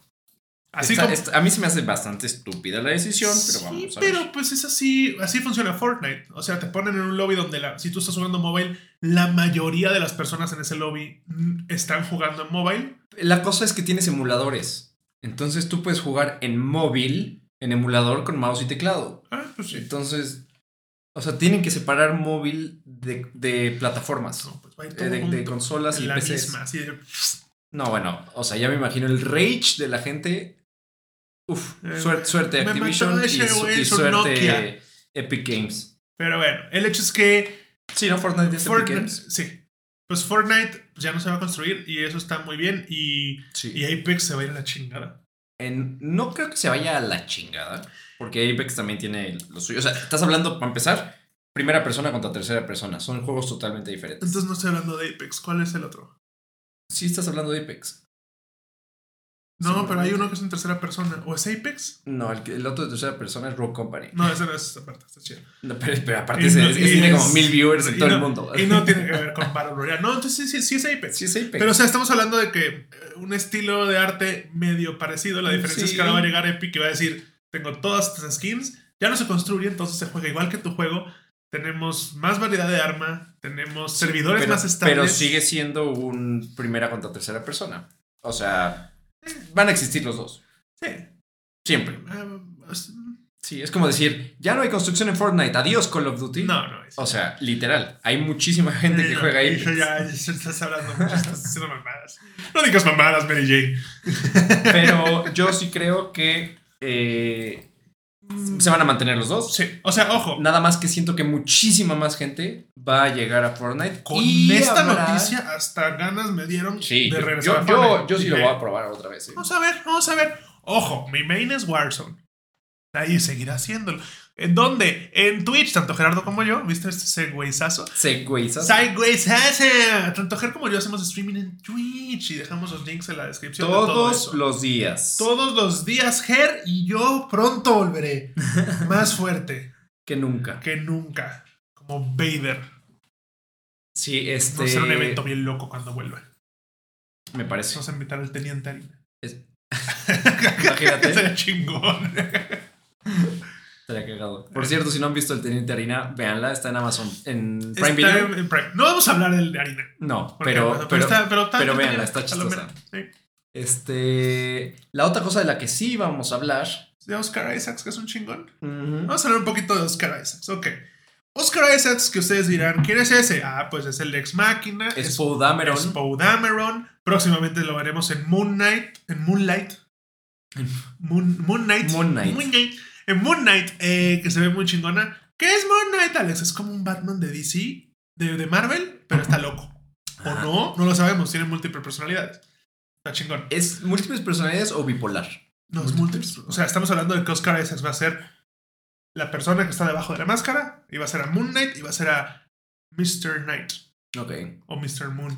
S2: así
S1: Está-
S2: como.
S1: está- a mí se me hace bastante estúpida la decisión, pero
S2: Sí,
S1: vamos a ver.
S2: pero pues es así, así funciona Fortnite. O sea, te ponen en un lobby donde la, si tú estás jugando mobile, la mayoría de las personas en ese lobby mm, están jugando en mobile.
S1: La cosa es que tienes emuladores. Entonces tú puedes jugar en móvil, en emulador con mouse y teclado.
S2: Ah, pues sí.
S1: Entonces, O sea, tienen que separar móvil de, de plataformas.
S2: No, pues va a ir
S1: eh,
S2: todo
S1: De,
S2: junto,
S1: de consolas
S2: en
S1: y
S2: la
S1: PCs.
S2: misma, así de,
S1: No, bueno, o sea, ya me imagino el rage de la gente. Uf,
S2: Eh,
S1: suerte, suerte
S2: me
S1: Activision
S2: mató
S1: y,
S2: ese,
S1: su-
S2: güey,
S1: y
S2: su
S1: suerte
S2: Nokia.
S1: Epic Games.
S2: Pero bueno, el hecho es que
S1: Sí, no, Fortnite es Epic
S2: Fortnite,
S1: Games.
S2: sí. Pues Fortnite pues, ya no se va a construir y eso está muy bien y,
S1: Sí.
S2: y Apex se va a ir a la chingada.
S1: En- no creo que se vaya a la chingada, porque Apex también tiene lo suyo. O sea, estás hablando, para empezar, primera persona contra tercera persona. Son juegos totalmente diferentes.
S2: Entonces no estoy hablando de Apex, ¿cuál es el otro?
S1: Sí, estás hablando de Apex.
S2: No,
S1: Sí.
S2: pero hay uno que es en tercera persona. ¿O es Apex?
S1: No, el, que- el otro de tercera persona es Rock Company.
S2: No, ese no es esa parte, está chido.
S1: No, pero, pero aparte,
S2: Y
S1: ese-
S2: no-
S1: ese
S2: y
S1: tiene como
S2: es-
S1: mil viewers en
S2: y
S1: todo
S2: no-
S1: el mundo.
S2: Y no tiene que ver con Battle Royale. No, entonces sí, sí, sí es Apex.
S1: <laughs> Sí, es Apex.
S2: Pero o sea, estamos hablando de que eh, un estilo de arte medio parecido. La diferencia
S1: Sí.
S2: es que ahora va a llegar Epic y va a decir, tengo todas estas skins, ya no se construye, entonces se juega igual que tu juego. Tenemos más variedad de arma, tenemos servidores
S1: pero,
S2: más estables.
S1: pero sigue siendo un primera contra tercera persona. O sea, van a existir los dos.
S2: Sí.
S1: Siempre.
S2: Ah, es-
S1: Sí, es como decir, ya no hay construcción en Fortnite, adiós Call of Duty.
S2: No, no. Es...
S1: O sea, literal, hay muchísima gente que
S2: No,
S1: juega ahí.
S2: Eh, eso Ya, ya estás hablando mucho, estás haciendo mamadas. No digas mamadas, Mary Jane.
S1: Pero yo sí creo que eh, se van a mantener los dos.
S2: Sí, o sea, ojo.
S1: Nada más que siento que muchísima más gente va a llegar a Fortnite.
S2: Con
S1: y
S2: esta
S1: habrá-
S2: noticia hasta ganas me dieron
S1: Sí, yo-
S2: de regresar
S1: yo,
S2: a
S1: yo,
S2: Fortnite.
S1: yo sí lo
S2: Dije,
S1: voy a probar otra vez. eh.
S2: Vamos a ver, vamos a ver. Ojo, mi main es Warzone. Ahí seguirá haciéndolo. ¿En dónde? En Twitch, tanto Gerardo como yo. ¿Viste este segwayzazo?
S1: Segwayzas.
S2: Segwayzazo. Tanto Ger como yo hacemos streaming en Twitch y dejamos los links en la descripción. de todo
S1: Todos
S2: eso.
S1: los días.
S2: Todos los días, Ger, y yo
S1: <laughs>
S2: pronto volveré. Más fuerte
S1: Que nunca.
S2: que nunca. Como Vader.
S1: Sí, este.
S2: No será un evento bien loco cuando vuelva.
S1: Me
S2: <laughs>
S1: parece.
S2: Vamos a invitar al teniente Harina.
S1: Imagínate.
S2: <laughs> Sería chingón.
S1: Estaría cagado. Por cierto, si no han visto el Teniente Harina, véanla, está en Amazon. En Prime
S2: Está
S1: Video.
S2: en- en Prime. No vamos a hablar del de harina.
S1: No,
S2: porque-
S1: pero, pero,
S2: está- pero, está-
S1: pero
S2: está
S1: véanla,
S2: bien,
S1: está chistosa.
S2: palomera. Sí.
S1: Este. La otra cosa de la que sí vamos a hablar.
S2: De Oscar Isaacs, que es un chingón.
S1: ujú,
S2: Vamos a hablar un poquito de Oscar Isaacs. Ok. Oscar Isaacs, que ustedes dirán, ¿quién es ese? Ah, pues es el de Ex Máquina.
S1: es Poe Dameron.
S2: es Poe Dameron. Próximamente lo veremos en Moon Knight. En Moonlight. Moon, Moon Knight.
S1: Moon Knight.
S2: En Moon Knight, eh, que se ve muy chingona. ¿Qué es Moon Knight, Alex? Es como un Batman de DC, de, de Marvel, pero está loco. ¿O
S1: Ajá.
S2: no? No lo sabemos. Tiene múltiples personalidades. Está chingón.
S1: ¿Es múltiples personalidades o bipolar?
S2: No, es múltiples. O sea, estamos hablando de que Oscar Isaacs va a ser la persona que está debajo de la máscara, y va a ser a Moon Knight, y va a ser a Mr. Knight
S1: Ok.
S2: o Mr. Moon,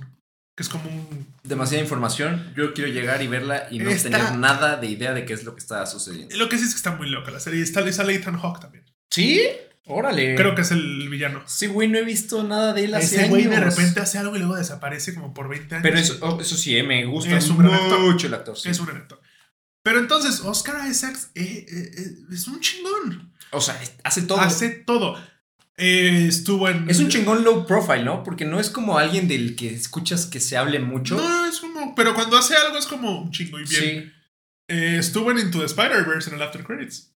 S2: que es como un.
S1: Demasiada información. Yo quiero llegar y verla y no
S2: Está-
S1: tener nada de idea de qué es lo que está sucediendo.
S2: Lo que sí es que está muy loca la serie. Y está y sale Ethan Hawke también.
S1: ¿Sí? Órale.
S2: Creo que es el villano.
S1: Sí, güey, no he visto nada de él hace
S2: Ese güey de
S1: años.
S2: repente hace algo y luego desaparece como por 20 años.
S1: Pero eso, oh, eso sí, eh, me gusta
S2: Es un gran actor.
S1: mucho el actor. sí.
S2: es un elector. Pero entonces, Oscar Isaacs eh, eh, eh, es un chingón.
S1: O sea, es- hace todo.
S2: Hace todo. Eh, estuvo en.
S1: Es un chingón low profile, ¿no? Porque no es como alguien del que escuchas que se hable mucho.
S2: No, es como. Pero cuando hace algo es como un chingo y bien.
S1: sí.
S2: Eh, estuvo en Into the Spider-Verse en el After Credits.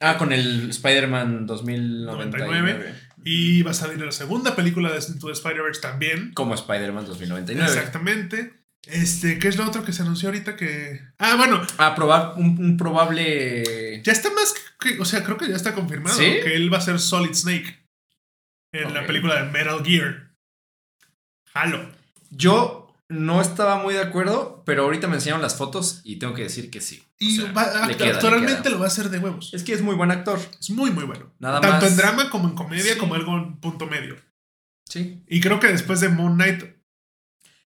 S1: Ah, con el Spider-Man 2099.
S2: Y va a salir en la segunda película de Into the Spider-Verse también.
S1: Como Spider-Man 2099.
S2: Exactamente. Este, ¿qué es lo otro que se anunció ahorita que. Ah, bueno,
S1: A probar un, un probable.
S2: Ya está más que, o sea, creo que ya está confirmado
S1: ¿Sí?
S2: que él va a ser Solid Snake en
S1: Ok.
S2: la película de Metal Gear. Halo.
S1: Yo no estaba muy de acuerdo, pero ahorita me enseñaron las fotos y tengo que decir que sí. O
S2: Y
S1: sea,
S2: va-
S1: le
S2: act-
S1: queda, le
S2: actualmente
S1: queda.
S2: lo va a hacer de huevos.
S1: Es que es muy buen actor.
S2: Es muy, muy bueno.
S1: Nada
S2: Tanto
S1: más.
S2: en drama como en comedia,
S1: Sí.
S2: como algo en punto medio.
S1: Sí.
S2: Y creo que después de Moon Knight,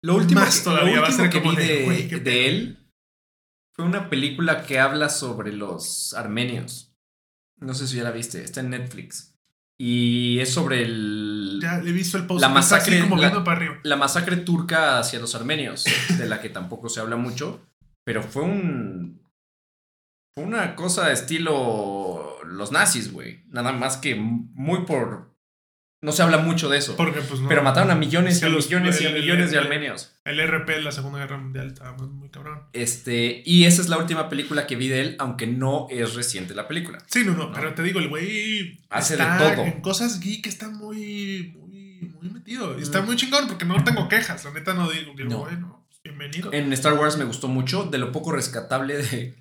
S1: Lo último
S2: Más
S1: que,
S2: todavía
S1: lo
S2: va a
S1: último
S2: ser
S1: que
S2: como
S1: vi
S2: de,
S1: de,
S2: "Güey, qué
S1: de
S2: pedo".
S1: él fue una película que habla sobre los armenios. No sé si ya la viste, está en Netflix. Y es sobre el,
S2: ya le he visto el post.
S1: La
S2: que está
S1: masacre-
S2: así como
S1: la-
S2: viendo para arriba.
S1: la masacre turca hacia los armenios, de la que tampoco se habla mucho, pero fue un... Fue una cosa estilo los nazis, güey. Nada más que muy por No se habla mucho de eso.
S2: Porque, pues, no.
S1: Pero mataron a millones
S2: Sí,
S1: y a
S2: los-
S1: millones y a
S2: el- el-
S1: millones de
S2: el-
S1: armenios.
S2: El RP de la Segunda Guerra Mundial estaba muy, muy cabrón.
S1: Este, y esa es la última película que vi de él, aunque no es reciente la película.
S2: Sí, no, no,
S1: No.
S2: pero te digo, el güey
S1: Hace
S2: está
S1: de todo.
S2: En cosas geek está muy, muy, muy metido. Y está
S1: Mm.
S2: muy chingón porque no tengo quejas. La neta no digo, digo
S1: No. Eh,
S2: bueno, pues, bienvenido.
S1: En Star Wars me gustó mucho, de lo poco rescatable de.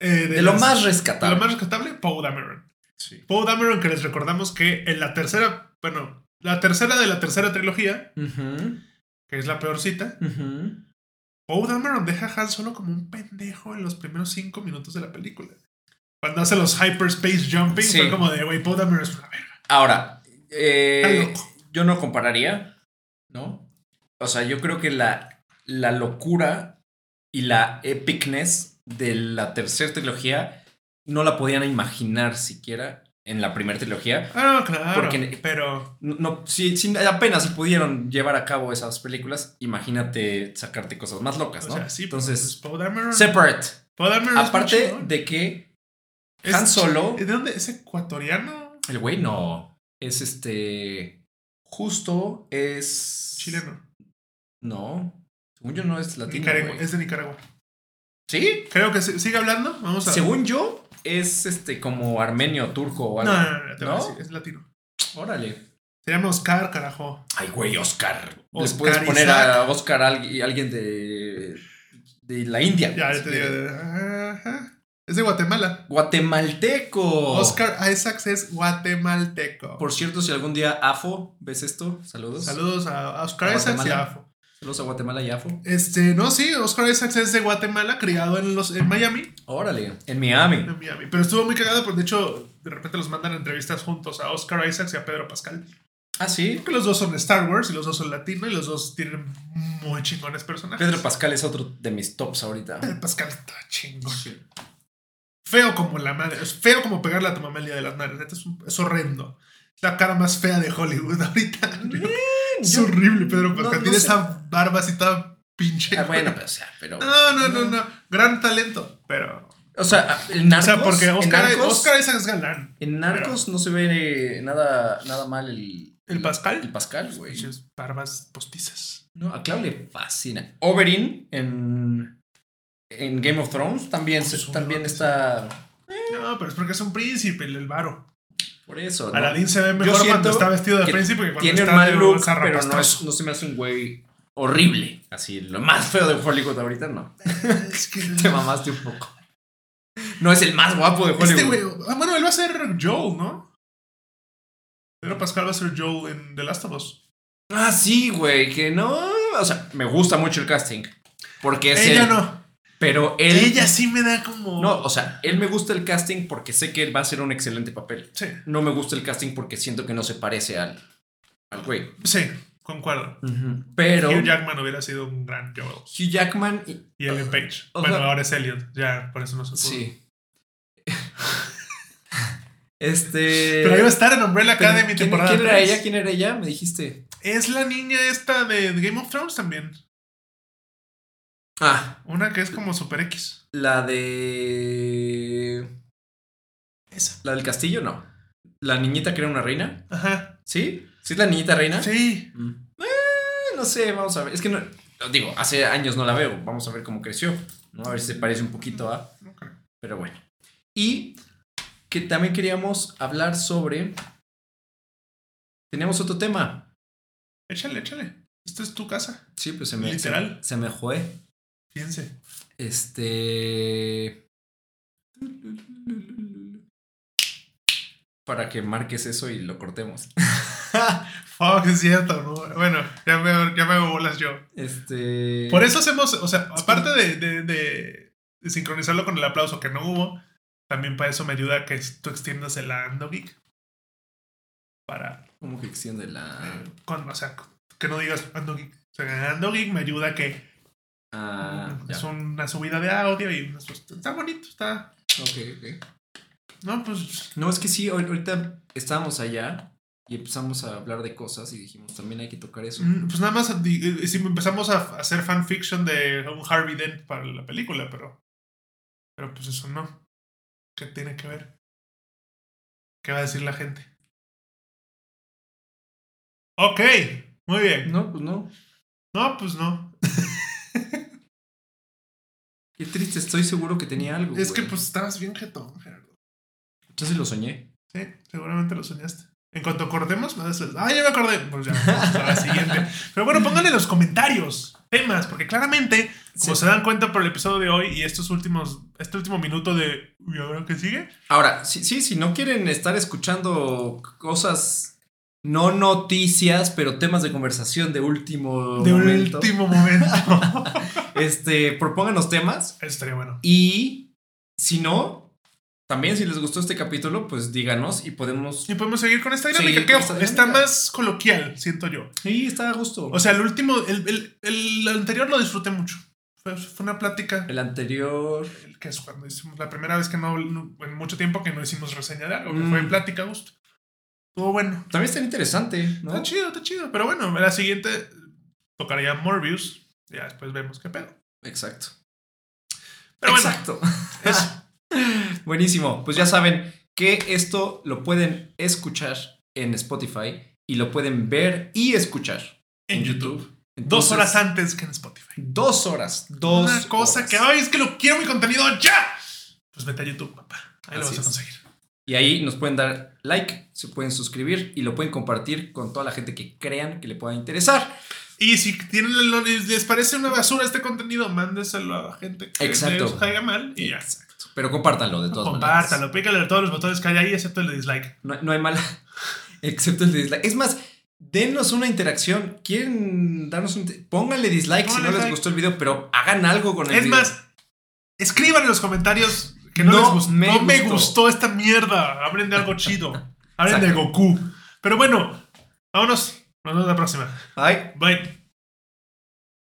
S2: Eh,
S1: De, lo
S2: las-
S1: más
S2: de lo
S1: rescatable.
S2: más rescatable, Poe Dameron.
S1: Sí.
S2: Poe Dameron, que les recordamos que en la tercera, bueno, la tercera de la tercera trilogía,
S1: Ujú,
S2: que es la peor cita,
S1: ujú.
S2: Poe Dameron deja a Han solo como un pendejo en los primeros cinco minutos de la película. Cuando hace los hyperspace jumping,
S1: Sí.
S2: fue como de, güey, Poe Dameron es una verga.
S1: Ahora, eh,
S2: Está loco.
S1: yo no compararía, ¿no? O sea, yo creo que la, la locura y la epicness de la tercera trilogía no la podían imaginar siquiera en la primera trilogía.
S2: Ah, claro.
S1: Porque-
S2: pero.
S1: No, no, si, si apenas si pudieron llevar a cabo esas películas, imagínate sacarte cosas más locas, ¿no?
S2: O sea, sí,
S1: Entonces,
S2: Poe Dameron.
S1: separate.
S2: Poe Dameron es muy
S1: Aparte
S2: chingón.
S1: de que
S2: Es
S1: Han Solo,
S2: chi- ¿De dónde? ¿Es ecuatoriano?
S1: el güey no, es este, justo es...
S2: Chileno.
S1: No. Según yo no es latino.
S2: Nicaragua-
S1: güey.
S2: Es de Nicaragua.
S1: ¿Sí?
S2: Creo que sí- sigue hablando. Vamos a.
S1: Según yo, es este como armenio, turco o
S2: No,
S1: algo.
S2: no, no, no, te voy a
S1: ¿No?
S2: decir, es latino.
S1: Órale.
S2: Se llama Oscar, carajo.
S1: Ay, güey, Oscar. Les
S2: Oscar
S1: puedes poner
S2: Isaac.
S1: a Oscar alguien, alguien de, de la India.
S2: Ya, ya te
S1: güey.
S2: digo. Ajá. Es de Guatemala.
S1: Guatemalteco.
S2: Oscar Isaacs es guatemalteco.
S1: Oh. Por cierto, si algún día AFO, ¿ves esto? Saludos.
S2: Saludos a a Oscar
S1: A
S2: Isaacs y
S1: Guatemala.
S2: a Afo.
S1: Saludos a Guatemala y AFO.
S2: Este, no, sí, Oscar Isaacs es de Guatemala, criado en, los, en Miami.
S1: Órale. En Miami.
S2: en Miami. Pero estuvo muy cagado porque de hecho de repente los mandan a entrevistas juntos a Oscar Isaacs y a Pedro Pascal.
S1: Ah, sí.
S2: Porque los dos son de Star Wars y los dos son latinos y los dos tienen muy chingones personajes.
S1: Pedro Pascal es otro de mis tops ahorita.
S2: Pedro Pascal está chingón. Feo como la madre. Es feo como pegarle a tu mamá el día de las madres. Neta, es, un- es horrendo. Es la cara más fea de Hollywood <laughs> ahorita. <laughs> es
S1: Yo-
S2: horrible Pedro Pascal.
S1: No, no
S2: Tiene
S1: sé.
S2: esa barba así toda pinche.
S1: Ah, bueno, pero, o sea, pero.
S2: <laughs> No, no, no, no. Gran talento. Pero.
S1: O sea, en Narcos.
S2: o sea, porque
S1: en
S2: Oscar,
S1: Narcos-
S2: Oscar Isaacs es galán.
S1: En Narcos no se ve eh, nada, nada mal el,
S2: ¿El Pascal?
S1: El Pascal, güey.
S2: Pinches barbas postizas.
S1: No, a Clau le fascina. Oberyn en, en Game of Thrones también, se-
S2: Pues,
S1: también
S2: no,
S1: está.
S2: No, pero es porque es un príncipe, el, el varo.
S1: Por eso. ¿no?
S2: Aladín se ve
S1: Yo
S2: mejor
S1: siento
S2: cuando está vestido de
S1: que
S2: príncipe que cuando
S1: Tiene un
S2: está
S1: mal
S2: de
S1: look,
S2: bolsa
S1: pero no, es-
S2: rapastoso.
S1: no se me hace un güey horrible. Así, lo más feo de Hollywood ahorita, no.
S2: <laughs> Es que-
S1: Te mamaste un poco. No es el más guapo de Hollywood.
S2: Este güey. Ah, bueno, él va a ser Joel, ¿no? Pedro Pascal va a ser Joel en The Last of Us.
S1: Ah, sí, güey, que no. O sea, me gusta mucho el casting. Porque es
S2: Ella
S1: él.
S2: no.
S1: Pero él.
S2: Ella sí me da como.
S1: No, o sea, él me gusta el casting porque sé que él va a hacer un excelente papel.
S2: Sí,
S1: No me gusta el casting porque siento que no se parece al, al güey.
S2: sí, concuerdo.
S1: Pero
S2: Hugh
S1: Hugh
S2: Jackman hubiera sido un gran Joel.
S1: Jackman, y-
S2: Y Ellen Page.
S1: Ah, O
S2: bueno,
S1: sea-
S2: ahora es Elliot. Ya, por eso no se pudo.
S1: sí. <laughs> este.
S2: Pero ahí va a estar en Umbrella
S1: pero
S2: Academy
S1: ¿quién,
S2: temporada
S1: ¿Quién era
S2: tres.
S1: ella? ¿Quién era ella? Me dijiste.
S2: Es la niña esta de Game of Thrones también.
S1: Ah,
S2: Una que es como Super X.
S1: la de.
S2: Esa.
S1: La del castillo, no. La niñita que era una reina.
S2: Ajá.
S1: ¿Sí? ¿Sí es la niñita reina?
S2: Sí.
S1: Mm. Eh, no sé, vamos a ver. Es que no. Digo, hace años no la veo. Vamos a ver cómo creció. ¿no? A ver si se parece un poquito a.
S2: Ok.
S1: Pero bueno. Y que también queríamos hablar sobre. Teníamos otro tema.
S2: Échale, échale. Esta es tu casa.
S1: Sí, pues se me.
S2: Literal.
S1: Se, se me fue.
S2: Piense.
S1: Este. Para que marques eso y lo cortemos. <laughs>
S2: Fuck, es cierto. ¿no? Bueno, ya me, ya me hago bolas yo.
S1: Este.
S2: Por eso hacemos, o sea, aparte de, de- de- de sincronizarlo con el aplauso que no hubo, también para eso me ayuda que tú extiendas el Ando Geek. Para,
S1: ¿Cómo que extiende la.?
S2: con, o sea, que no digas Ando Geek. O sea, Ando Geek me ayuda a que
S1: Ah, ya.
S2: es una subida de audio y una- está bonito, está...
S1: Ok, ok.
S2: No, pues...
S1: No, es que sí, ahor- ahorita estábamos allá y empezamos a hablar de cosas y dijimos, también hay que tocar eso.
S2: Mm, Pues nada más di- eh, si empezamos a hacer fanfiction de un Harvey Dent para la película, pero. Pero pues eso no. ¿Qué tiene que ver? ¿Qué va a decir la gente? Ok, muy bien.
S1: No, pues no.
S2: No, pues no.
S1: Qué triste, estoy seguro que tenía algo.
S2: Es que
S1: güey.
S2: pues estabas bien jetón, Gerardo.
S1: Entonces lo soñé.
S2: Sí, seguramente lo soñaste. En cuanto acordemos, me das el- Ah, ya me acordé. Pues ya, vamos a la siguiente. Pero bueno, pónganle en los comentarios temas, porque claramente, como
S1: Sí.
S2: se dan cuenta por el episodio de hoy y estos últimos, este último minuto de. ¿Y ahora qué sigue?
S1: Ahora, sí, sí, si no quieren estar escuchando cosas, no noticias, pero temas de conversación de último <laughs>
S2: De
S1: momento,
S2: último momento. <laughs>
S1: este, propónganos temas
S2: Eso estaría bueno.
S1: y si no, también si les gustó este capítulo, pues díganos y podemos...
S2: Y podemos seguir con esta dinámica,
S1: Sí,
S2: que
S1: con
S2: ojo,
S1: esta
S2: está
S1: dinámica.
S2: más coloquial, siento yo.
S1: Sí, está a gusto.
S2: O sea, el último, el, el- el anterior lo disfruté mucho. Fue, fue una plática
S1: el anterior...
S2: el que es cuando hicimos la primera vez que no, no- en mucho tiempo que no hicimos reseña de algo, que
S1: Mm.
S2: fue en plática a gusto. Estuvo bueno.
S1: También está interesante, ¿no?
S2: Está chido, está chido. Pero bueno, la siguiente tocaría Morbius. Ya después vemos qué pedo.
S1: Exacto.
S2: Pero bueno,
S1: Exacto. <laughs>
S2: eso.
S1: Buenísimo. Pues ya saben que esto lo pueden escuchar en Spotify y lo pueden ver y escuchar
S2: En YouTube.
S1: Entonces,
S2: Dos horas antes que en Spotify.
S1: Dos horas. Dos.
S2: Una cosa
S1: horas.
S2: que, ay, es que lo quiero mi contenido ya. Pues vete a YouTube, papá. Ahí lo
S1: Así
S2: vas a
S1: es.
S2: conseguir.
S1: Y ahí nos pueden dar like, se pueden suscribir y lo pueden compartir con toda la gente que crean que le pueda interesar.
S2: Y si tienen lo- les parece una basura este contenido, mándeselo a la gente que
S1: Exacto.
S2: les caiga mal y ya.
S1: Exacto. Pero compártanlo de todas maneras.
S2: Compártalo, pícale a todos los botones que hay ahí, excepto el de dislike.
S1: No, no hay mala. <laughs> Excepto el dislike. Es más, denos una interacción. ¿Quieren darnos un.? te- Pónganle dislike si
S2: Pónganle
S1: no les
S2: like.
S1: gustó el video, pero hagan algo con el
S2: Es
S1: video.
S2: más, escriban en los comentarios que no,
S1: No
S2: les gustó.
S1: me
S2: no me
S1: gustó.
S2: gustó esta mierda. Hablen de algo
S1: <laughs>
S2: chido. Hablen de
S1: Exacto.
S2: Goku. Pero bueno, vámonos. Nos vemos la próxima.
S1: Ay,
S2: Bye.